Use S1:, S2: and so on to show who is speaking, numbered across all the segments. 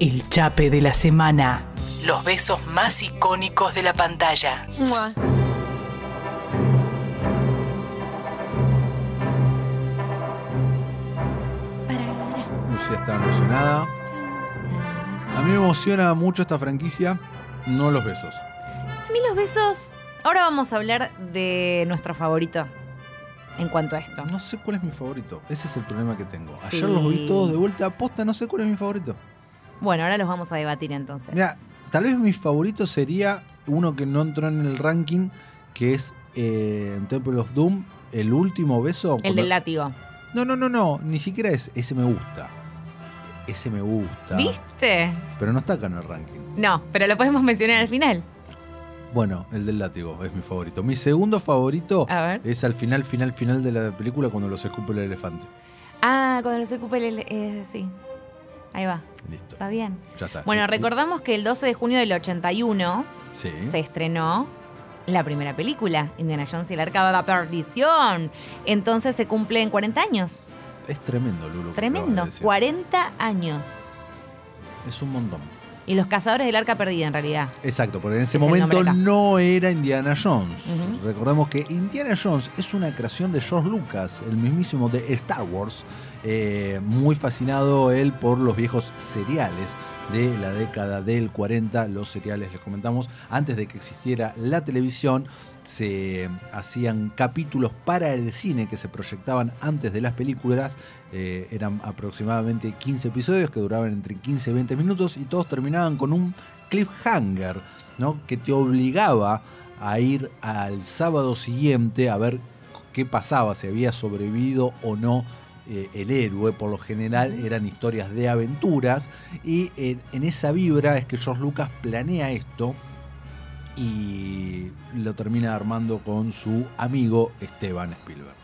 S1: El chape de la semana. Los besos más icónicos de la pantalla.
S2: Mua.
S3: Lucia está emocionada. A mí me emociona mucho esta franquicia, no los besos.
S2: A mí los besos. Ahora vamos a hablar de nuestro favorito en cuanto a esto.
S3: No sé cuál es mi favorito, ese es el problema que tengo.
S2: Sí.
S3: Ayer los vi todos de vuelta a posta, no sé cuál es mi favorito.
S2: Bueno, ahora los vamos a debatir entonces.
S3: Mira, tal vez mi favorito sería uno que no entró en el ranking, que es eh, en Temple of Doom, el último beso.
S2: El
S3: Cuando-
S2: del látigo.
S3: No, no, no, no, ni siquiera es ese me gusta. Ese me gusta.
S2: ¿Viste?
S3: Pero no está acá en el ranking.
S2: No, pero lo podemos mencionar al final.
S3: Bueno, el del látigo es mi favorito. Mi segundo favorito
S2: A ver.
S3: es al final, final, final de la película cuando los escupe el elefante.
S2: Ah, cuando los ocupe el. eh, sí. Ahí va.
S3: Listo.
S2: Va bien.
S3: Ya está.
S2: Ah. Bueno,
S3: Eh,
S2: recordamos que el 12 de junio del 81
S3: Sí.
S2: se estrenó la primera película, Indiana Jones y el Arca de la Perdición. Entonces se cumplen 40 años.
S3: Es tremendo, Lulu.
S2: Tremendo. 40 años.
S3: Es un montón.
S2: Y los cazadores del Arca Perdida, en realidad.
S3: Exacto, porque en ese
S2: Es el
S3: momento
S2: nombre acá.
S3: no era Indiana Jones.
S2: Ujú.
S3: Recordemos que Indiana Jones es una creación de George Lucas, el mismísimo de Star Wars. Eh, muy fascinado él por los viejos seriales de la década del 40. Los seriales, les comentamos, antes de que existiera la televisión, se hacían capítulos para el cine que se proyectaban antes de las películas. Eh, eran aproximadamente 15 episodios que duraban entre 15 y 20 minutos y todos terminaban con un cliffhanger, ¿no? Que te obligaba a ir al sábado siguiente a ver qué pasaba, si había sobrevivido o no eh, el héroe. Por lo general eran historias de aventuras y en, en esa vibra es que George Lucas planea esto y lo termina armando con su amigo Esteban Spielberg.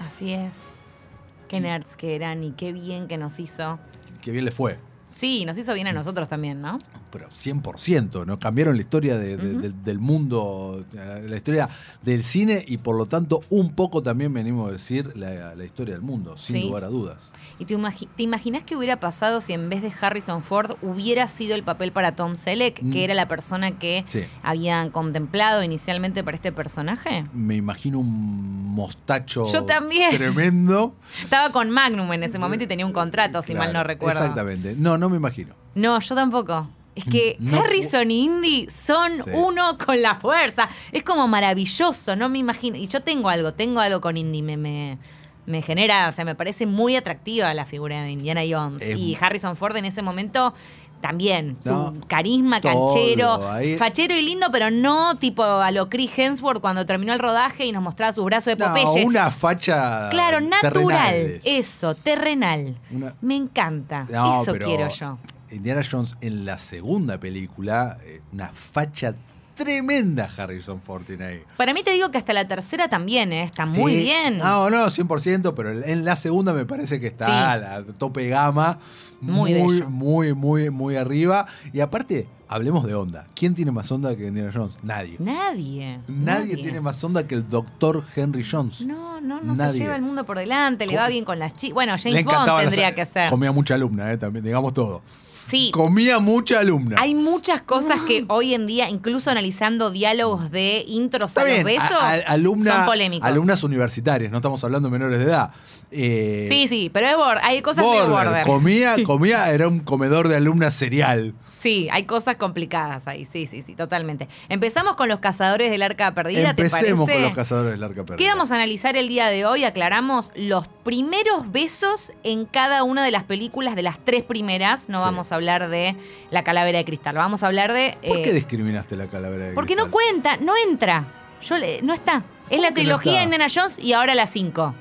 S2: Así es. Qué nerds que eran y qué bien que nos hizo.
S3: Que bien le fue.
S2: Sí, nos hizo bien a nosotros también, ¿no?
S3: pero 100%, ¿no? Cambiaron la historia de- de-
S2: Ujú.
S3: del, del mundo, eh, la historia del cine y por lo tanto un poco también venimos a decir la, la historia del mundo, sin
S2: Sí.
S3: lugar a dudas.
S2: ¿Y te, imagi- te imaginas qué hubiera pasado si en vez de Harrison Ford hubiera sido el papel para Tom Selleck,
S3: Mm.
S2: que era la persona que
S3: Sí.
S2: habían contemplado inicialmente para este personaje?
S3: Me imagino un mostacho
S2: Yo también.
S3: tremendo.
S2: Estaba con Magnum en ese momento y tenía un contrato, si mal no
S3: Eh, Claro,
S2: recuerdo.
S3: Exactamente. No, no me imagino.
S2: No, yo tampoco. Es que
S3: Mm, No.
S2: Harrison y Indy son
S3: Sí.
S2: uno con la fuerza. Es como maravilloso, no me imagino. Y yo tengo algo, tengo algo con Indy. Me, me, me genera, o sea, me parece muy atractiva la figura de Indiana Jones.
S3: Es-
S2: y Harrison Ford en ese momento también.
S3: No.
S2: Su carisma,
S3: Todo,
S2: canchero,
S3: ahí-
S2: fachero y lindo, pero no tipo a lo Chris Hemsworth cuando terminó el rodaje y nos mostraba su brazo de
S3: No,
S2: Popeye.
S3: una facha.
S2: Claro, natural.
S3: terrenales.
S2: Eso, terrenal.
S3: Una-
S2: Me encanta.
S3: No,
S2: eso
S3: pero
S2: quiero yo.
S3: Indiana Jones en la segunda película, eh, una facha tremenda Harrison Ford tiene ahí.
S2: Para mí te digo que hasta la tercera también, ¿eh? está muy
S3: Sí. Ah,
S2: bien.
S3: No, no, 100%, pero en la segunda me parece que está
S2: Sí.
S3: a la tope de gama.
S2: Muy
S3: muy,
S2: bello.
S3: muy, muy, muy arriba. Y aparte, hablemos de onda. ¿Quién tiene más onda que Indiana Jones? Nadie.
S2: Nadie.
S3: Nadie, tiene más onda que el doctor Henry Jones.
S2: No, no, no se
S3: Nadie.
S2: lleva el mundo por delante, le
S3: Co-
S2: va bien con las chicas. Bueno,
S3: Le
S2: James Bond
S3: encantaba las-
S2: tendría que ser.
S3: Comía mucha alumna, eh, también, digamos todo.
S2: Sí.
S3: Comía mucha alumna.
S2: Hay muchas cosas que hoy en día, incluso analizando diálogos de intros
S3: Está
S2: a los
S3: bien,
S2: besos,
S3: a- a- alumna-
S2: son polémicos.
S3: Alumnas universitarias, no estamos hablando de menores de edad. Eh,
S2: Sí, sí, pero es bor- hay cosas de
S3: border,
S2: border.
S3: Comía, comía, era un comedor de alumnas cereal.
S2: Sí, hay cosas complicadas ahí, sí, sí, sí, totalmente. Empezamos con los cazadores del arca perdida,
S3: Empecemos
S2: ¿te parece?
S3: con los cazadores del arca perdida.
S2: ¿Qué vamos a analizar el día de hoy? Aclaramos los primeros besos en cada una de las películas, de las tres primeras. No
S3: Sí.
S2: vamos a hablar de La Calavera de Cristal, vamos a hablar de...
S3: ¿Por
S2: eh,
S3: qué discriminaste la calavera de
S2: porque no
S3: cristal?
S2: cuenta, no entra. Yo le- no está. Es la
S3: que no
S2: trilogía de
S3: está?
S2: Indiana Jones y ahora la 5.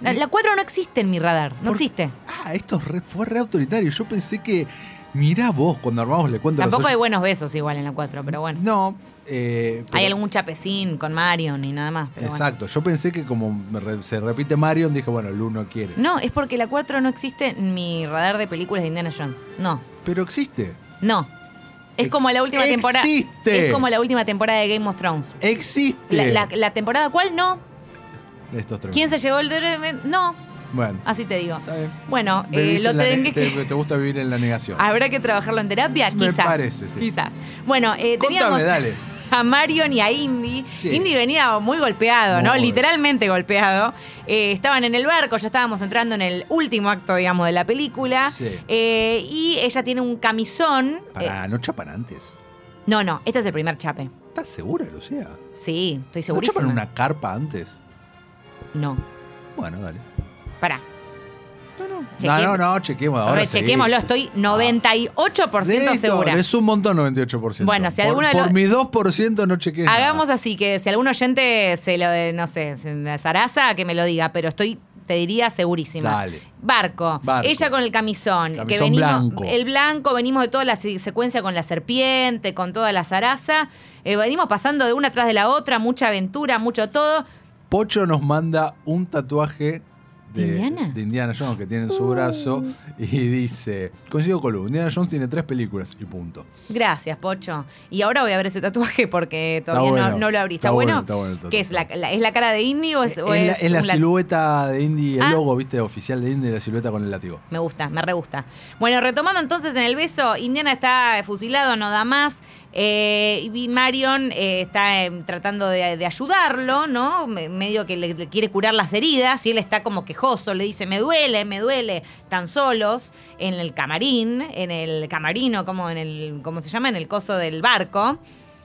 S2: La- La 4 no existe en mi radar, no
S3: Por-
S2: existe.
S3: Ah, esto es re- fue re autoritario. Yo pensé que. Mirá vos, cuando armamos le cuento a los
S2: Tampoco hay
S3: oy-
S2: buenos besos igual en la 4, pero bueno.
S3: No. eh, pero-
S2: Hay algún chapecín con Marion y nada más. pero bueno.
S3: Exacto. Yo pensé que como me re- se repite Marion, dije, bueno, Lu no quiere.
S2: No, es porque la 4 no existe en mi radar de películas de Indiana Jones. No.
S3: Pero existe.
S2: No. Es como la última temporada.
S3: E- ¡Existe!
S2: Es como la última temporada de Game of Thrones.
S3: ¡Existe!
S2: La, la- la temporada cuál no.
S3: Esto es tremendo.
S2: ¿Quién se llevó el no?
S3: Bueno,
S2: Así te digo.
S3: está bien.
S2: Bueno, eh,
S3: Vivís
S2: lo
S3: en la ne-
S2: tendré que... Ah,
S3: te, te gusta vivir en la negación.
S2: ¿Habrá que trabajarlo en terapia?
S3: Me
S2: quizás.
S3: parece, sí.
S2: Quizás. Bueno, eh,
S3: Contame,
S2: teníamos
S3: dale.
S2: a Marion y a Indy.
S3: Sí.
S2: Indy venía muy golpeado, ¿no?
S3: Muy.
S2: Literalmente golpeado. Eh, estaban en el barco, ya estábamos entrando en el último acto, digamos, de la película.
S3: Sí.
S2: Eh, y ella tiene un camisón. eh,
S3: Para no chapan antes.
S2: no, no, este es el primer chape.
S3: ¿Estás segura, Lucía?
S2: Sí, estoy
S3: ¿No
S2: segurísima.
S3: chapan una carpa antes?
S2: No,
S3: Bueno, dale.
S2: pará.
S3: No,
S2: Chequeemos.
S3: no, no, chequemos ahora.
S2: Rechequémoslo,
S3: seguí.
S2: estoy 98%
S3: Listo,
S2: segura.
S3: Es un montón 98%.
S2: Bueno, si
S3: Por-
S2: alguno de
S3: Por
S2: los-
S3: mi 2% no chequeé. nada.
S2: Hagamos así, que si algún oyente se lo, de- no sé, se zaraza, que me lo diga, pero estoy, te diría, segurísima.
S3: Dale.
S2: Barco,
S3: Barco.
S2: ella con el camisón,
S3: Camisón
S2: que venimos,
S3: blanco.
S2: el blanco, venimos de toda la se- secuencia con la serpiente, con toda la zaraza, eh, venimos pasando de una tras de la otra, mucha aventura, mucho todo.
S3: Pocho nos manda un tatuaje de
S2: ¿Indiana?
S3: de Indiana Jones que tiene en su brazo y dice, coincido con Lu, Indiana Jones tiene tres películas y punto.
S2: Gracias, Pocho. Y ahora voy a ver ese tatuaje porque todavía
S3: bueno,
S2: no, no lo abrí.
S3: está
S2: ¿Está, bueno?
S3: bueno, está bueno el tatuaje.
S2: ¿Qué es la, la- es la cara de Indy o es,
S3: es
S2: o
S3: la,
S2: es
S3: es la
S2: un lat-
S3: silueta de Indy, el
S2: Ah.
S3: logo, viste, oficial de Indy, la silueta con el látigo.
S2: Me gusta, me re gusta. Bueno, retomando entonces en el beso, Indiana está fusilado, no da más. eh, y Marion eh, está eh, tratando de, de ayudarlo, ¿no? Me- medio que le, le quiere curar las heridas y él está como quejoso, le dice, me duele, me duele, tan solos, en el camarín, en el camarino, como en el, ¿cómo se llama? En el coso del barco.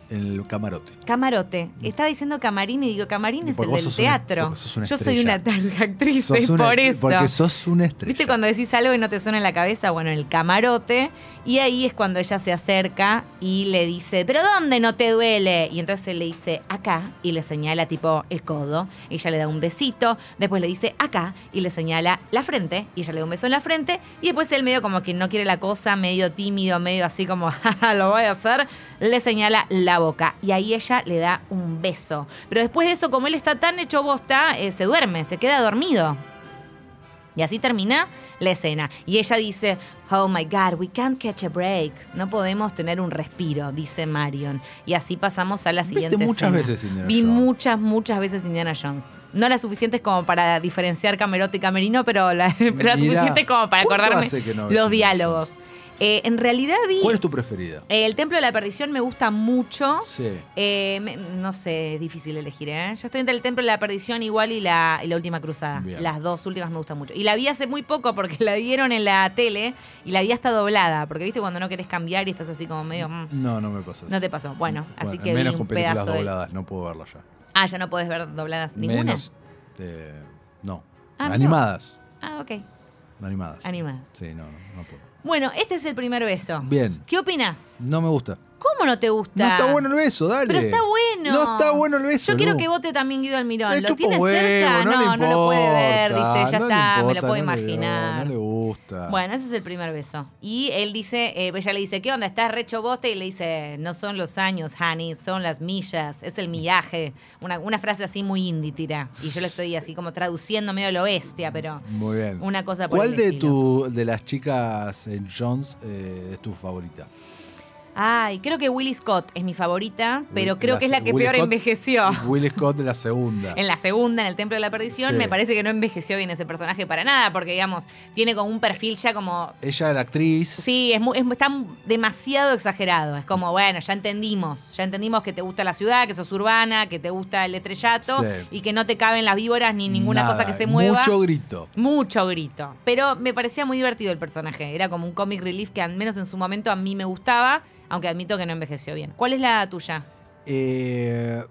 S3: El camarote.
S2: Camarote. Estaba diciendo camarín y digo, camarín
S3: Y
S2: es
S3: porque
S2: el
S3: vos
S2: del
S3: sos una-
S2: teatro.
S3: porque sos una
S2: Yo soy una
S3: estrella.
S2: actriz,
S3: Sos
S2: es
S3: una-
S2: por eso.
S3: Porque sos una estrella.
S2: ¿Viste cuando decís algo y no te suena en la cabeza? Bueno, en el camarote. Y ahí es cuando ella se acerca y le dice, ¿pero dónde no te duele? Y entonces él le dice, acá. Y le señala tipo el codo. Ella le da un besito. Después le dice, acá. Y le señala la frente. Y ella le da un beso en la frente. Y después él medio como que no quiere la cosa, medio tímido, medio así como, jaja, lo voy a hacer. Le señala la boca. Y ahí ella le da un beso. Pero después de eso, como él está tan hecho bosta, eh, se duerme, se queda dormido. Y así termina la escena. Y ella dice, oh my God, we can't catch a break. No podemos tener un respiro, dice Marion. Y así pasamos a la
S3: Viste
S2: siguiente
S3: muchas
S2: escena.
S3: veces Indiana
S2: Vi
S3: Jones.
S2: muchas, muchas veces Indiana Jones. No las suficientes como para diferenciar Camerote y Camerino, pero la- pero las
S3: Mirá,
S2: suficientes como para
S3: ¿cuánto
S2: acordarme
S3: hace que no ves Indiana
S2: los diálogos. Eh, en realidad vi...
S3: ¿Cuál es tu preferida?
S2: eh, el Templo de la Perdición me gusta mucho.
S3: Sí.
S2: Eh, me- no sé, es difícil elegir, ¿eh? Yo estoy entre el Templo de la Perdición igual y la, y la Última Cruzada.
S3: Bien.
S2: Las dos últimas me gustan mucho. Y la vi hace muy poco porque la dieron en la tele y la vi hasta doblada. Porque, viste, cuando no querés cambiar y estás así como medio... mm,
S3: No, no me pasa.
S2: no te pasó. Bueno, así que
S3: menos
S2: vi
S3: con
S2: un
S3: películas
S2: pedazo de...
S3: dobladas, no puedo verlas ya.
S2: Ah, ya no podés ver dobladas ninguna.
S3: Menos, eh, no.
S2: Ah, mira.
S3: animadas.
S2: Ah, ok.
S3: Animadas.
S2: Animadas.
S3: Sí, no, no, no puedo.
S2: Bueno, este es el primer beso.
S3: Bien.
S2: ¿Qué opinás?
S3: No me gusta.
S2: ¿Cómo no te gusta?
S3: No está bueno el beso, dale.
S2: Pero está bueno.
S3: No está bueno el beso.
S2: Yo quiero
S3: Lu.
S2: que vote también Guido Almirón.
S3: Le
S2: ¿Lo
S3: chupa
S2: tiene
S3: huevo,
S2: cerca?
S3: le
S2: No, no, lo puede ver.
S3: importa,
S2: Dice, ya
S3: no le
S2: está, me
S3: importa,
S2: lo puedo
S3: no le-
S2: imaginar.
S3: no le ah. gusta.
S2: Bueno, ese es el primer beso. Y él dice, eh, ella le dice, ¿qué onda? ¿Estás recho bote? Y le dice, no son los años, honey, son las millas, es el millaje. Una, una frase así muy indie, tira. Y yo lo estoy así como traduciendo medio lo bestia, pero
S3: Muy bien.
S2: una cosa por
S3: ¿Cuál
S2: el
S3: de
S2: estilo.
S3: tu de las chicas eh, Jones eh, es tu favorita?
S2: Ay, creo que Willie Scott es mi favorita, pero
S3: Will-
S2: creo
S3: la
S2: que es la
S3: se-
S2: que
S3: Willie
S2: peor
S3: Scott-
S2: envejeció.
S3: Will Scott de la segunda.
S2: En la segunda, en el Templo de la Perdición,
S3: Sí.
S2: me parece que no envejeció bien ese personaje para nada, porque digamos, tiene como un perfil ya como
S3: Ella era actriz.
S2: Sí, es, mu- es- está demasiado exagerado. Es como, bueno, ya entendimos. Ya entendimos que te gusta la ciudad, que sos urbana, que te gusta el estrellato
S3: Sí.
S2: y que no te caben las víboras ni ninguna
S3: Nada,
S2: cosa que se mueva.
S3: Mucho grito.
S2: Mucho grito. Pero me parecía muy divertido el personaje. Era como un comic relief que al menos en su momento a mí me gustaba, aunque admito que no envejeció bien. ¿Cuál es la tuya?
S3: Eh,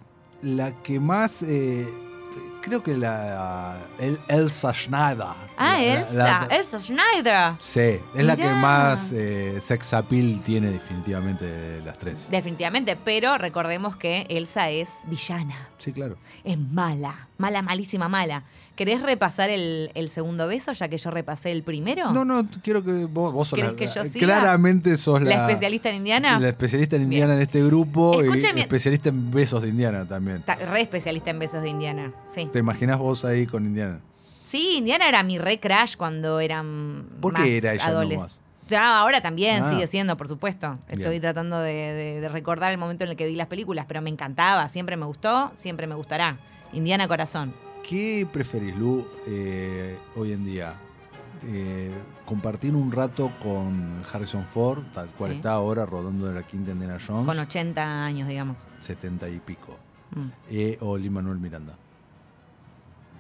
S3: la que más. eh, creo que la. el- Elsa Schneider.
S2: Ah,
S3: La- la-
S2: Elsa.
S3: la-
S2: Elsa Schneider.
S3: sí, es la que
S2: Mirá.
S3: más eh, sex appeal tiene, definitivamente, de las tres.
S2: Definitivamente, pero recordemos que Elsa es villana.
S3: Sí, claro.
S2: es mala, mala, malísima, mala. ¿Querés repasar el, el segundo beso, ya que yo repasé el primero?
S3: No, no, quiero que vos, vos sos
S2: ¿Querés
S3: la-
S2: que yo siga?
S3: Claramente sos la.
S2: ¿La especialista en Indiana?
S3: La especialista en Indiana en este grupo y
S2: Escúchame.
S3: especialista en besos de Indiana también.
S2: Ta- Re especialista en besos de Indiana, sí.
S3: ¿Te imaginás vos ahí con Indiana?
S2: Sí, Indiana era mi re crash cuando eran
S3: ¿Por qué
S2: más
S3: era ella
S2: adoles-
S3: nomás?
S2: Ah, ahora también
S3: Ah.
S2: sigue siendo, por supuesto. Estoy
S3: Bien.
S2: tratando de, de- de recordar el momento en el que vi las películas, pero me encantaba, siempre me gustó, siempre me gustará. Indiana Corazón.
S3: ¿Qué preferís, Lu, eh, hoy en día? Eh, compartir un rato con Harrison Ford, tal cual
S2: Sí.
S3: está ahora, rodando de la quinta Indiana Jones,
S2: Con 80 años, digamos.
S3: 70 y pico.
S2: Mm.
S3: Eh, o Lin Manuel Miranda.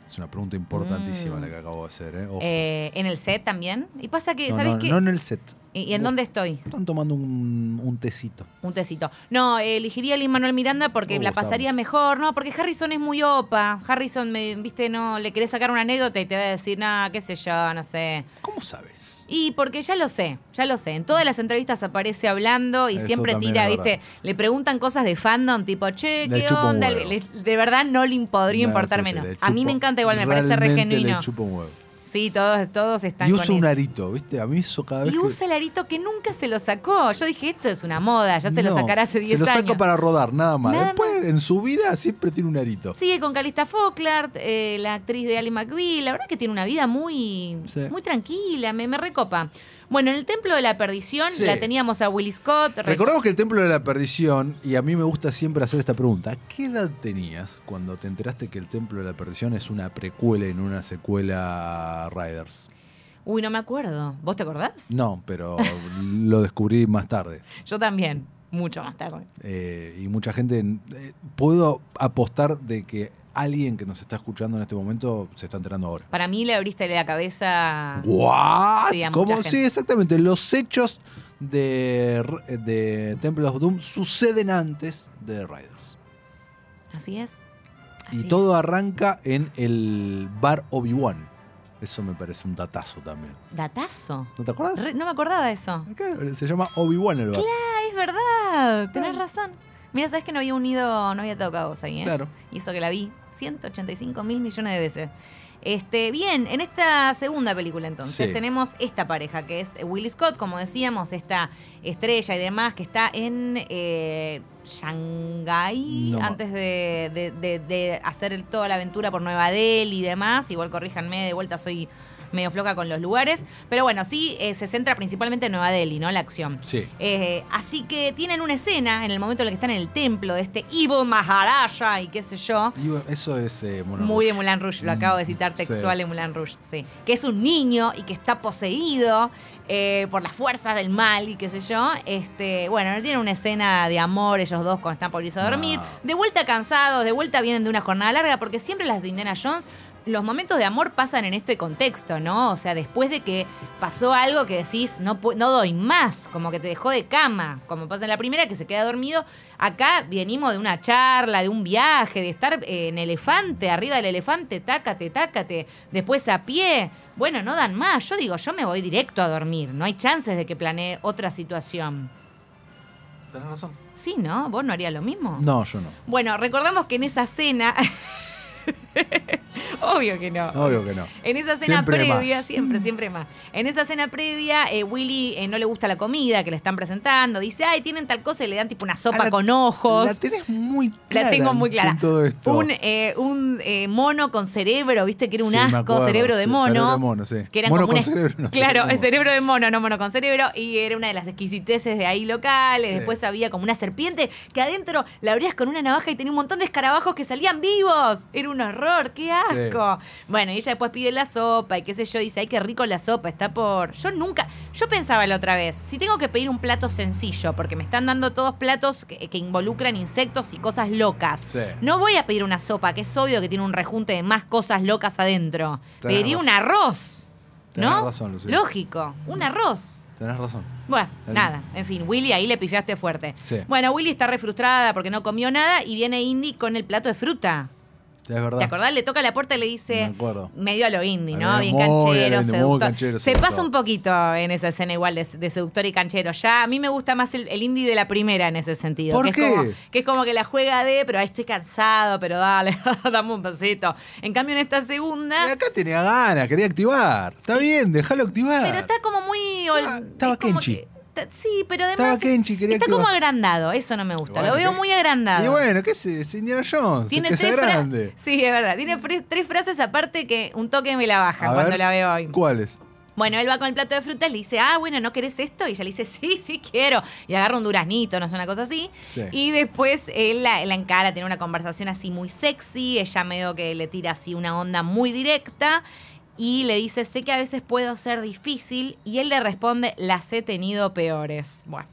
S3: Es una pregunta importantísima
S2: Mm.
S3: la que acabo de hacer, ¿eh? Ojo.
S2: Eh, en el set también. Y pasa que,
S3: no,
S2: ¿sabes
S3: no,
S2: qué?
S3: no en el set.
S2: ¿Y, y en
S3: Vos-
S2: dónde estoy?
S3: Están tomando un, un tecito.
S2: Un tecito. No, eh, elegiría a Lin Manuel Miranda porque
S3: Uh,
S2: la pasaría
S3: estamos.
S2: mejor, ¿no? Porque Harrison es muy opa. Harrison, me, viste, no, le querés sacar una anécdota y te va a decir, nada, qué sé yo, no sé.
S3: ¿Cómo sabes?
S2: Y porque ya lo sé, ya lo sé. En todas las entrevistas aparece hablando y
S3: Eso
S2: siempre
S3: también
S2: tira,
S3: es
S2: ¿viste?
S3: verdad.
S2: Le preguntan cosas de fandom, tipo, che,
S3: Le
S2: ¿qué
S3: chupa un
S2: onda?
S3: huevo.
S2: Le- le- de verdad no le podría
S3: No,
S2: importar
S3: sí, sí,
S2: menos.
S3: le
S2: a mí
S3: chupo-
S2: me encanta igual, me parece re
S3: realmente
S2: genuino.
S3: Le chupa un huevo.
S2: Sí, todos, todos están
S3: Y
S2: con
S3: usa un
S2: eso.
S3: arito, ¿viste? A mí eso cada
S2: Y
S3: vez que-
S2: usa el arito que nunca se lo sacó. Yo dije, esto es una moda, ya se lo
S3: No,
S2: sacará hace 10
S3: Se lo
S2: años.
S3: saca para rodar, nada más.
S2: Nada
S3: Después, en su vida, siempre tiene un arito.
S2: Sigue con Calista Focklart, eh, la actriz de Ali McBeal. La verdad que tiene una vida muy,
S3: Sí.
S2: muy tranquila, me, me recopa. Bueno, en el Templo de la Perdición
S3: Sí.
S2: la teníamos a Willy Scott. Re-
S3: Recordamos que el Templo de la Perdición, y a mí me gusta siempre hacer esta pregunta, ¿qué edad tenías cuando te enteraste que el Templo de la Perdición es una precuela y no una secuela Riders?
S2: Uy, no me acuerdo. ¿Vos te acordás?
S3: No, pero lo descubrí más tarde.
S2: Yo también, mucho más tarde.
S3: Eh, y mucha gente, eh, puedo apostar de que alguien que nos está escuchando en este momento se está enterando ahora.
S2: Para mí le abriste la cabeza.
S3: ¿What?
S2: Sí, a mucha
S3: ¿Cómo?
S2: gente.
S3: Sí, exactamente. Los hechos de, de Temple of Doom suceden antes de Riders.
S2: Así es.
S3: Y
S2: Así
S3: todo
S2: es.
S3: arranca en el bar Obi-Wan. Eso me parece un datazo también.
S2: Datazo.
S3: ¿No te acuerdas?
S2: Re- no me acordaba de eso.
S3: Claro, Se llama Obi-Wan el bar.
S2: Ah, es verdad. Tenés razón. Mira, sabes que no había unido, no había tocado vos ahí, ¿eh?
S3: Claro.
S2: Y eso que la vi 185 mil millones de veces. Este, bien, en esta segunda película entonces
S3: Sí.
S2: tenemos esta pareja que es Willy Scott, como decíamos, esta estrella y demás que está en eh, Shanghái
S3: No.
S2: antes de, de- de- de hacer el- toda la aventura por Nueva Delhi y demás. Igual corríjanme, de vuelta soy medio floca con los lugares. Pero bueno, sí, eh, se centra principalmente en Nueva Delhi, ¿no? La acción.
S3: Sí.
S2: Eh, así que tienen una escena en el momento en el que están en el templo de este Evil Maharaja y qué sé yo.
S3: Y bueno, eso es eh, Moulin
S2: Muy de
S3: Rouge. Mm,
S2: Mulan Rouge, lo acabo de citar
S3: Sí.
S2: textual de Mulan Rouge, sí. Que es un niño y que está poseído eh, por las fuerzas del mal y qué sé yo. Este, bueno, tienen una escena de amor ellos dos cuando están por irse a dormir.
S3: No.
S2: De vuelta cansados, de vuelta vienen de una jornada larga, porque siempre las de Indiana Jones, los momentos de amor pasan en este contexto, ¿no? O sea, después de que pasó algo que decís, no, pu- no doy más, como que te dejó de cama, como pasa en la primera, que se queda dormido. Acá venimos de una charla, de un viaje, de estar eh, en elefante, arriba del elefante, tácate, tácate, después a pie. Bueno, no dan más. Yo digo, yo me voy directo a dormir, no hay chances de que planee otra situación.
S3: Tenés razón.
S2: Sí, ¿no? ¿Vos no harías lo mismo?
S3: No, yo no.
S2: Bueno, recordamos que en esa cena. Obvio que no.
S3: Obvio que no.
S2: En esa cena
S3: Siempre
S2: previa,
S3: más.
S2: siempre, siempre más. En esa cena previa, eh, Willy eh, no le gusta la comida que le están presentando. Dice, ay, tienen tal cosa y le dan tipo una sopa
S3: Ah, la-
S2: con ojos.
S3: La tenés muy clara.
S2: La tengo muy
S3: en
S2: clara.
S3: todo esto.
S2: Un, eh, un eh, mono con cerebro, viste que era un
S3: Sí, me
S2: asco,
S3: acuerdo,
S2: cerebro de
S3: sí,
S2: mono.
S3: cerebro de mono, sí.
S2: Que eran
S3: Mono
S2: como
S3: con
S2: una-
S3: cerebro, no,
S2: Claro, el
S3: cerebro
S2: cerebro de mono, no mono con cerebro. Y era una de las exquisiteces de ahí locales.
S3: Sí.
S2: Después había como una serpiente que adentro la abrías con una navaja y tenía un montón de escarabajos que salían vivos. Era un horror, qué asco. Bueno, y ella después pide la sopa y qué sé yo, dice, ay, qué rico la sopa, está por... Yo nunca, yo pensaba la otra vez, si tengo que pedir un plato sencillo, porque me están dando todos platos que, que involucran insectos y cosas locas.
S3: Sí.
S2: No voy a pedir una sopa, que es obvio que tiene un rejunte de más cosas locas adentro.
S3: Tenés
S2: Pediría un
S3: razón.
S2: arroz.
S3: Tenés
S2: ¿No?
S3: razón, Lucía.
S2: Lógico, un arroz.
S3: Tenés razón.
S2: Bueno,
S3: Ahí.
S2: nada, en fin, Willy ahí le pifiaste fuerte.
S3: Sí.
S2: Bueno, Willy está re frustrada porque no comió nada y viene Indy con el plato de fruta.
S3: Es verdad.
S2: ¿Te acordás? Le toca la puerta y le
S3: Me
S2: dice,
S3: acuerdo.
S2: medio a lo indie,
S3: A
S2: ¿no?
S3: lo
S2: Bien
S3: muy a lo
S2: canchero,
S3: indie, muy
S2: seductor.
S3: canchero,
S2: Se
S3: seductor.
S2: pasa un poquito en esa escena igual de, de seductor y canchero. Ya a mí me gusta más el, el indie de la primera en ese sentido.
S3: ¿Por
S2: que
S3: qué?
S2: Es como, que es como que la juega de, pero ahí estoy cansado, pero dale, dame un besito. En cambio en esta segunda...
S3: Y acá tenía ganas, quería activar. Está bien, déjalo activar.
S2: Pero está como muy. ol-
S3: Ah, estaba
S2: es como
S3: Kenchi.
S2: que- ta- sí, pero además.
S3: Estaba Kenchi, quería
S2: Está
S3: activar.
S2: como agrandado, eso no me gusta.
S3: Bueno,
S2: Lo veo
S3: ¿qué?
S2: muy agrandado.
S3: Y bueno, ¿qué es? Es Indiana Jones,
S2: Tiene
S3: que sea
S2: tres fra-
S3: grande.
S2: Sí, es verdad. Tiene fre- tres frases aparte que un toque me la
S3: A
S2: bajan
S3: ver,
S2: cuando la veo hoy.
S3: ¿Cuáles?
S2: Bueno, él va con el plato de frutas, le dice, ah, bueno, ¿no querés esto? Y ella le dice, sí, sí quiero. Y agarra un duraznito, no sé, una cosa así.
S3: Sí.
S2: Y después él la, la encara, tiene una conversación así muy sexy, ella medio que le tira así una onda muy directa y le dice, sé que a veces puedo ser difícil. Y él le responde, las he tenido peores. Bueno,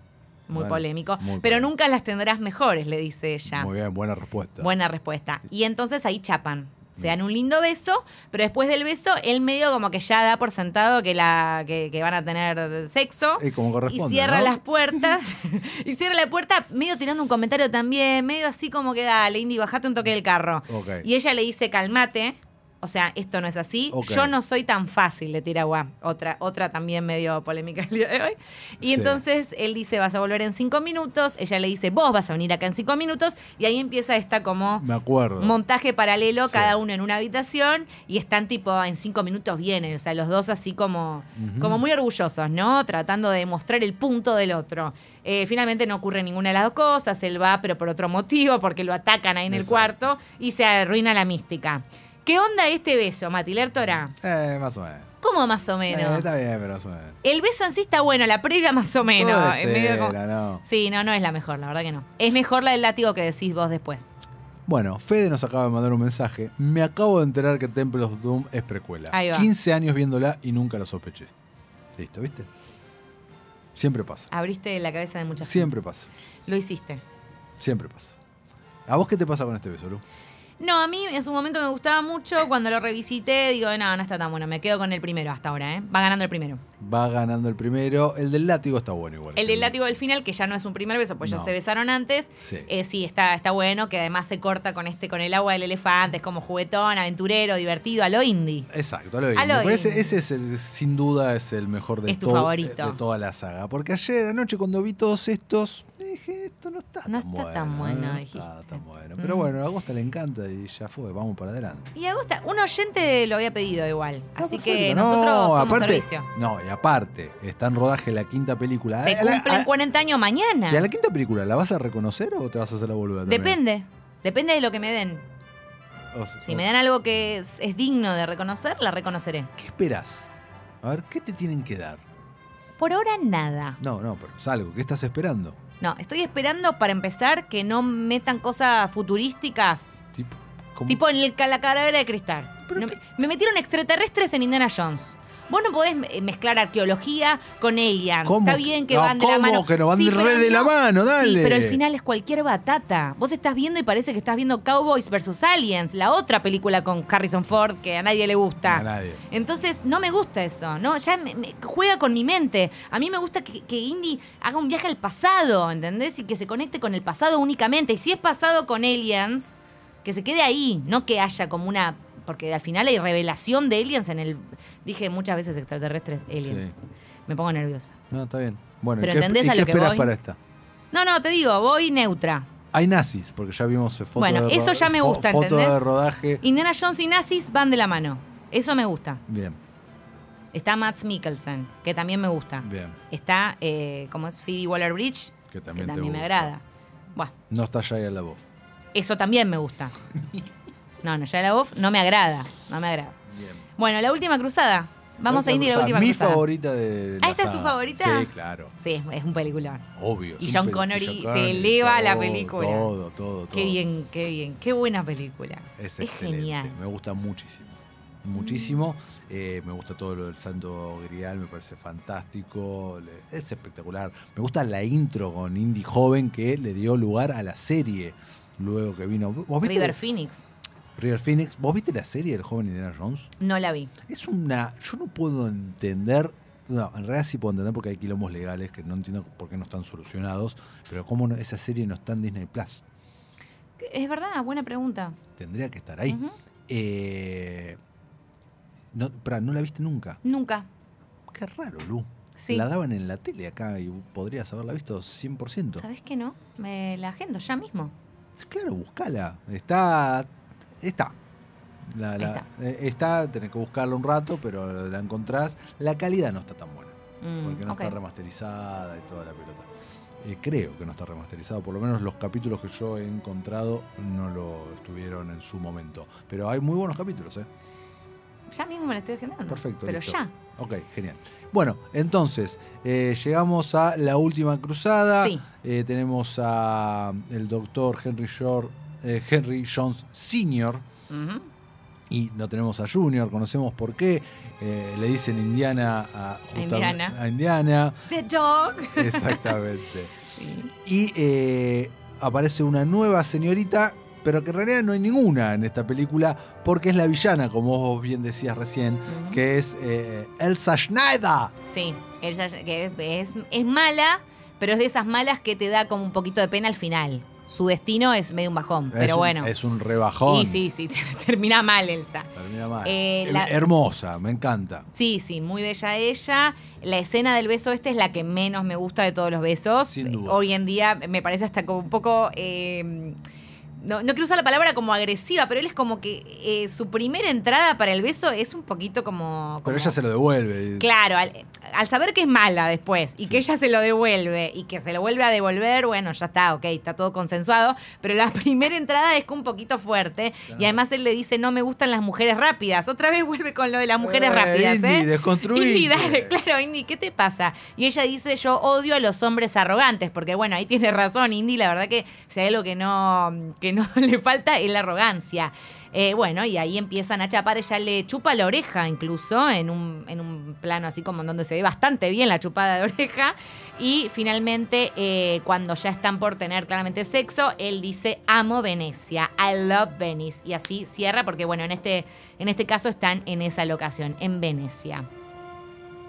S2: muy
S3: Bueno,
S2: polémico.
S3: muy
S2: pero
S3: polémico.
S2: nunca las tendrás mejores, le dice ella.
S3: Muy bien, buena respuesta.
S2: Buena respuesta. Y entonces ahí chapan. Se dan un lindo beso, pero después del beso, él medio como que ya da por sentado que, la, que, que van a tener sexo.
S3: Eh, como
S2: Y
S3: corresponde.
S2: cierra
S3: ¿no?
S2: las puertas. y cierra la puerta, medio tirando un comentario también, medio así como que dale, Indy, bajate un toque del carro.
S3: Ok.
S2: Y ella le dice, calmate. O sea, esto no es así.
S3: Ok.
S2: Yo no soy tan fácil de tirar guá. Otra, otra también medio polémica el día de hoy. Y
S3: Sí.
S2: entonces él dice, vas a volver en cinco minutos. Ella le dice, vos vas a venir acá en cinco minutos. Y ahí empieza esta como
S3: Me acuerdo.
S2: montaje paralelo,
S3: Sí.
S2: cada uno en una habitación. Y están tipo, en cinco minutos vienen. O sea, los dos así como,
S3: Ujú.
S2: como muy orgullosos, ¿no? Tratando de mostrar el punto del otro. Eh, finalmente no ocurre ninguna de las dos cosas. Él va, pero por otro motivo, porque lo atacan ahí en el
S3: Exacto.
S2: cuarto. Y se arruina la mística. ¿Qué onda este beso, Matiler Torá?
S3: Eh, más o menos.
S2: ¿Cómo más o
S3: Eh,
S2: menos?
S3: está bien, pero más o menos.
S2: El beso en sí está bueno, la previa más o menos.
S3: Puede
S2: Es medio
S3: ser,
S2: como-
S3: ¿no?
S2: Sí, no, no es la mejor, la verdad que no. Es mejor la del látigo que decís vos después.
S3: Bueno, Fede nos acaba de mandar un mensaje. Me acabo de enterar que Temple of Doom es precuela.
S2: Ahí va.
S3: 15 años viéndola y nunca lo sospeché. Listo, ¿viste? Siempre pasa.
S2: Abriste la cabeza de muchas
S3: Siempre pasa.
S2: gente. Lo hiciste.
S3: Siempre pasa. ¿A vos qué te pasa con este beso, Lu?
S2: No, a mí en su momento me gustaba mucho. Cuando lo revisité, digo, no, no está tan bueno. Me quedo con el primero hasta ahora, ¿eh? Va ganando el primero.
S3: Va ganando el primero. El del látigo está bueno igual.
S2: El del látigo del final, que ya no es un primer beso, pues
S3: No.
S2: ya se besaron antes.
S3: Sí.
S2: Eh, sí, está, está bueno, que además se corta con este, con el agua del elefante, es como juguetón, aventurero, divertido, a lo indie.
S3: Exacto, a lo
S2: A
S3: indie.
S2: lo
S3: Pero ese,
S2: indie.
S3: ese es el, sin duda es el mejor de,
S2: Es tu
S3: todo-
S2: favorito.
S3: de toda la saga. Porque ayer anoche cuando vi todos estos, dije, esto no está
S2: No
S3: tan
S2: está
S3: bueno. ¿eh?
S2: tan bueno,
S3: no está
S2: dijiste.
S3: tan bueno. Pero
S2: Mm.
S3: bueno, a Agosta le encanta y ya fue, vamos para adelante.
S2: Y a gusta, un oyente lo había pedido igual.
S3: Está
S2: así que
S3: perfecto.
S2: nosotros somos
S3: aparte,
S2: servicio.
S3: No, y aparte, está en rodaje la quinta película.
S2: Se
S3: A la-
S2: cumplen
S3: a-
S2: 40 años mañana.
S3: ¿Y a la quinta película la vas a reconocer o te vas a hacer la boluda? también?
S2: Depende. Depende de lo que me den.
S3: O sea,
S2: Si me dan algo que es, es digno de reconocer, la reconoceré.
S3: ¿Qué esperás? A ver, ¿qué te tienen que dar?
S2: Por ahora nada.
S3: No, no, pero es algo. ¿Qué estás esperando?
S2: No, estoy esperando para empezar que no metan cosas futurísticas.
S3: Tipo, ¿cómo?
S2: Tipo en el ca- la calavera de cristal. No, me- me metieron extraterrestres en Indiana Jones. Vos no podés eh, mezclar arqueología con aliens.
S3: ¿Cómo
S2: Está
S3: que-
S2: bien que
S3: no,
S2: van de la
S3: ¿cómo
S2: mano.
S3: que no? Van re
S2: pero
S3: de la mano, dale.
S2: Sí, pero al final es cualquier batata. Vos estás viendo y parece que estás viendo Cowboys vs. Aliens, la otra película con Harrison Ford que a nadie le gusta.
S3: A nadie.
S2: Entonces, no me gusta eso, ¿no? Ya me- me- juega con mi mente. A mí me gusta que, que Indy haga un viaje al pasado, ¿entendés? Y que se conecte con el pasado únicamente. Y si es pasado con aliens, que se quede ahí, no que haya como una... Porque al final hay revelación de aliens en el... Dije muchas veces extraterrestres, aliens.
S3: Sí.
S2: Me pongo nerviosa.
S3: No, está bien. Bueno, ¿y
S2: Pero
S3: ¿qué,
S2: ¿entendés
S3: y
S2: a
S3: qué
S2: lo que
S3: esperas
S2: voy?
S3: para esta?
S2: No, no, te digo, voy neutra.
S3: Hay nazis, porque ya vimos fotos
S2: Bueno,
S3: de
S2: eso
S3: ro-
S2: ya me
S3: fo-
S2: gusta,
S3: foto de
S2: ¿entendés?
S3: rodaje.
S2: Indiana Jones y nazis van de la mano. Eso me gusta.
S3: Bien,
S2: Está Matt Mikkelsen, que también me gusta.
S3: bien.
S2: Está, eh, ¿cómo es? Phoebe Waller-Bridge,
S3: Que
S2: que
S3: también, te
S2: también me
S3: gusta.
S2: agrada. Bueno,
S3: No está Shia la voz.
S2: eso también me gusta. No, no, ya la voz no me agrada, no me agrada.
S3: Bien.
S2: Bueno, la última cruzada. Vamos a Indy la última
S3: Mi
S2: cruzada.
S3: favorita de. la
S2: Ah, ¿esta es tu
S3: saga.
S2: favorita?
S3: Sí, claro.
S2: Sí, es, es un peliculón.
S3: Obvio.
S2: Y
S3: es un
S2: John
S3: peli-
S2: Connery
S3: John
S2: te eleva la
S3: todo,
S2: película.
S3: Todo, todo, todo.
S2: Qué bien, qué bien, qué buena película.
S3: Es, excelente.
S2: genial.
S3: Me gusta muchísimo. Muchísimo. Eh, me gusta todo lo del Santo Grial, me parece fantástico. le- Es espectacular. Me gusta la intro con Indy Joven que le dio lugar a la serie. Luego que vino. ¿Vos viste
S2: River Phoenix,
S3: River Phoenix? ¿Vos viste la serie del joven Indiana Jones?
S2: no la vi.
S3: Es una. Yo no puedo entender. No, en realidad sí puedo entender porque hay quilombos legales que no entiendo por qué no están solucionados. Pero cómo no- esa serie no está en Disney Plus.
S2: Es verdad, buena pregunta.
S3: Tendría que estar ahí.
S2: Ujú.
S3: Eh, no, pará, no la viste nunca.
S2: Nunca.
S3: Qué raro, Lu.
S2: Sí.
S3: La daban en la tele acá y podrías haberla visto 100%.
S2: ¿Sabes qué no? Me la agendo ya mismo.
S3: Claro, buscala. Está. Está. La- la- eh, está. tenés que buscarla un rato, pero la encontrás. La calidad no está tan buena.
S2: Mm,
S3: Porque no
S2: ok.
S3: está remasterizada y toda la pelota. Eh, creo que no está remasterizado, por lo menos los capítulos que yo he encontrado no lo estuvieron en su momento. Pero hay muy buenos capítulos, ¿eh?
S2: ya mismo me la estoy agendando.
S3: Perfecto.
S2: Pero
S3: listo.
S2: ya.
S3: Ok, genial. Bueno, entonces, eh, llegamos a La Última Cruzada.
S2: Sí.
S3: Eh, tenemos a el doctor Henry, Shor- eh, Henry Jones Sr.
S2: Ujú.
S3: Y no tenemos a Junior, conocemos por qué. Eh, le dicen Indiana a, justamente-
S2: Indiana.
S3: a Indiana.
S2: The dog.
S3: Exactamente.
S2: Sí.
S3: y eh, aparece una nueva señorita, pero que en realidad no hay ninguna en esta película, porque es la villana, como vos bien decías recién,
S2: Ujú.
S3: que es eh, Elsa Schneider.
S2: Sí, ella ya- que es, es mala, pero es de esas malas que te da como un poquito de pena al final. Su destino es medio un bajón,
S3: es
S2: pero
S3: un,
S2: bueno.
S3: Es un rebajón.
S2: Y sí, sí, termina mal Elsa.
S3: Termina mal.
S2: Eh,
S3: Eh,
S2: la-
S3: Hermosa, me encanta.
S2: Sí, sí, muy bella ella. La escena del beso este es la que menos me gusta de todos los besos.
S3: Sin duda.
S2: Hoy en día me parece hasta como un poco... eh, no, no quiero usar la palabra como agresiva, pero él es como que eh, su primera entrada para el beso es un poquito como...
S3: Pero
S2: como-
S3: ella se lo devuelve.
S2: Claro, al, al saber que es mala después y
S3: Sí.
S2: que ella se lo devuelve y que se lo vuelve a devolver, bueno, ya está, ok, está todo consensuado, pero la primera entrada es un poquito fuerte y además él le dice, no me gustan las mujeres rápidas. Otra vez vuelve con lo de las mujeres
S3: Eh,
S2: rápidas,
S3: Indy, Eh,
S2: ¿eh?
S3: desconstruite.
S2: Indy, dale, claro, Indy, ¿qué te pasa? Y ella dice, yo odio a los hombres arrogantes, porque bueno, ahí tiene razón Indy, la verdad que si hay algo que no, que no le falta es la arrogancia. Eh, bueno, y ahí empiezan a chapar, ella le chupa la oreja incluso, en un, en un plano así como en donde se ve bastante bien la chupada de oreja. Y finalmente, eh, cuando ya están por tener claramente sexo, él dice, amo Venecia, I love Venice. Y así cierra, porque bueno, en este, en este caso están en esa locación, en Venecia.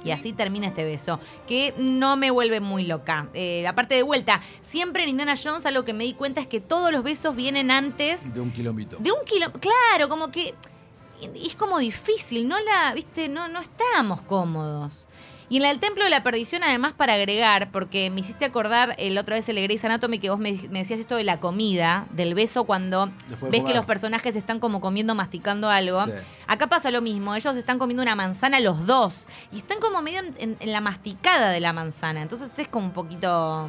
S2: Y así termina este beso, que no me vuelve muy loca. Eh, aparte de vuelta, siempre en Indiana Jones algo que me di cuenta es que todos los besos vienen antes
S3: De un kilómetro.
S2: de un kilo. Claro, como que es como difícil, no la, viste, no, no estábamos cómodos. Y en la del Templo de la Perdición, además, para agregar, porque me hiciste acordar el otra vez el de Grey's Anatomy que vos me, me decías esto de la comida, del beso cuando
S3: Después de
S2: ves
S3: comer.
S2: que los personajes están como comiendo, masticando algo.
S3: Sí.
S2: Acá pasa lo mismo, ellos están comiendo una manzana los dos y están como medio en, en- en la masticada de la manzana, entonces es como un poquito...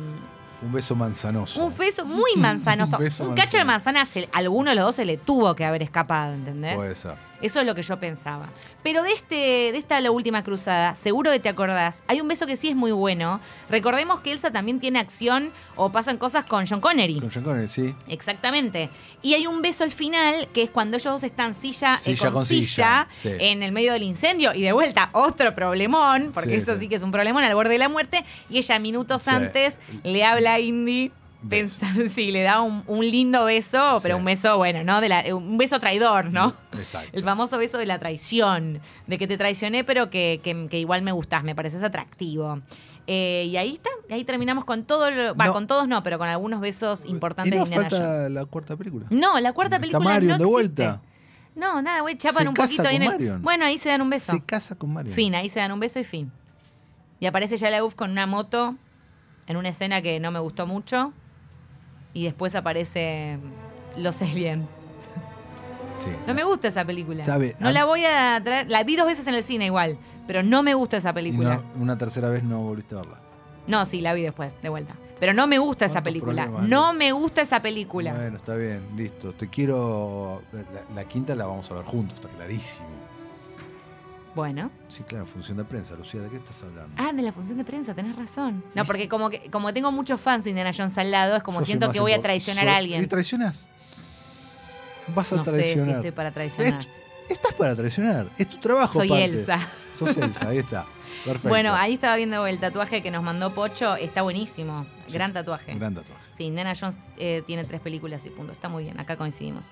S3: Fue un beso manzanoso.
S2: Un beso muy manzanoso.
S3: Un
S2: Un,
S3: beso
S2: cacho de manzana, se- alguno de los dos se le tuvo que haber escapado, ¿entendés?
S3: Puede ser.
S2: Eso es lo que yo pensaba. Pero de, este, de esta La Última Cruzada, seguro que te acordás, hay un beso que sí es muy bueno. Recordemos que Elsa también tiene acción o pasan cosas con John Connery.
S3: Con Sean Connery, sí.
S2: Exactamente. Y hay un beso al final, que es cuando ellos dos están silla, eh,
S3: Silla
S2: con,
S3: con silla,
S2: silla,
S3: sí.
S2: en el medio del incendio. Y de vuelta, otro problemón, porque
S3: Sí,
S2: eso
S3: sí.
S2: sí que es un problemón al borde de la muerte. Y ella minutos
S3: Sí.
S2: antes le habla a Indy.
S3: Beso.
S2: Pensando, sí, le da un, un lindo beso, pero
S3: Sí.
S2: un beso, bueno, ¿no? De la- un beso traidor, ¿no?
S3: Exacto.
S2: El famoso beso de la traición, de que te traicioné, pero que, que- que igual me gustás, me pareces atractivo. Eh, y ahí está, y ahí terminamos con todo, lo- va,
S3: No. Eh,
S2: con todos no, pero con algunos besos importantes
S3: y
S2: de
S3: nos
S2: Indiana
S3: falta
S2: Jones.
S3: la cuarta película.
S2: No, la cuarta
S3: Está
S2: película no
S3: Marion de
S2: existe.
S3: vuelta.
S2: No, nada, güey, chapan
S3: Se
S2: un
S3: casa
S2: poquito ahí
S3: con
S2: en el-
S3: Marion.
S2: Bueno, ahí se dan un beso.
S3: Se casa con Mario.
S2: Fin, ahí se dan un beso y fin. Y aparece ya la UF con una moto en una escena que no me gustó mucho. Y después aparece Los Aliens.
S3: Sí.
S2: No me gusta esa película.
S3: Está bien.
S2: No
S3: A-
S2: la voy a traer. La vi dos veces en el cine igual, pero no me gusta esa
S3: Y
S2: película.
S3: no-
S2: No,
S3: una tercera vez no volviste a verla.
S2: sí, la vi después, de vuelta. Pero no me gusta esa
S3: ¿Cuántos
S2: película.
S3: problemas?
S2: No me gusta esa película.
S3: Bueno, está bien, listo. Te quiero. La, la quinta la vamos a ver juntos, está clarísimo.
S2: Bueno.
S3: Sí, claro, función de prensa. Lucía, ¿de qué estás hablando?
S2: Ah, de la función de prensa, tenés razón. No,
S3: Sí.
S2: porque como que como tengo muchos fans de Indiana Jones al lado, es como
S3: Yo soy
S2: siento
S3: más
S2: que voy a
S3: impor-
S2: traicionar
S3: soy-
S2: a
S3: ¿Y
S2: alguien.
S3: traicionas? Vas a
S2: No sé si
S3: traicionar.
S2: estoy para traicionar.
S3: Est- estás para traicionar. Es tu trabajo.
S2: Soy
S3: aparte.
S2: Elsa.
S3: Sos Elsa, ahí está. Perfecto.
S2: Bueno, ahí estaba viendo el tatuaje que nos mandó Pocho. Está buenísimo.
S3: Sí,
S2: Gran tatuaje.
S3: Gran tatuaje.
S2: Sí, Indiana Jones eh, tiene tres películas y punto. Está muy bien, acá coincidimos.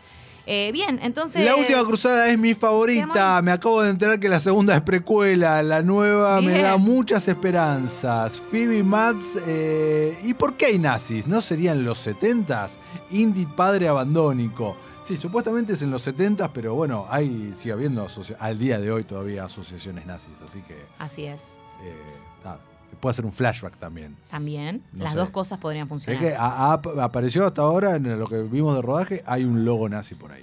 S2: Eh, bien, entonces.
S3: La última cruzada es mi favorita.
S2: Ramón.
S3: Me acabo de enterar que la segunda es precuela. La nueva me
S2: Bien.
S3: da muchas esperanzas. Phoebe Mads. eh, ¿Y por qué hay nazis? ¿No serían los 70s? Indy padre abandónico. Sí, supuestamente es en los 70s, pero bueno, hay, sigue habiendo asocia- al día de hoy todavía asociaciones nazis. Así que,
S2: Así es.
S3: eh, nada. Puede hacer un flashback también.
S2: También.
S3: No
S2: Las
S3: sé.
S2: dos cosas podrían
S3: Sé
S2: funcionar.
S3: que a- a- apareció hasta ahora en lo que vimos de rodaje, hay un logo nazi por ahí.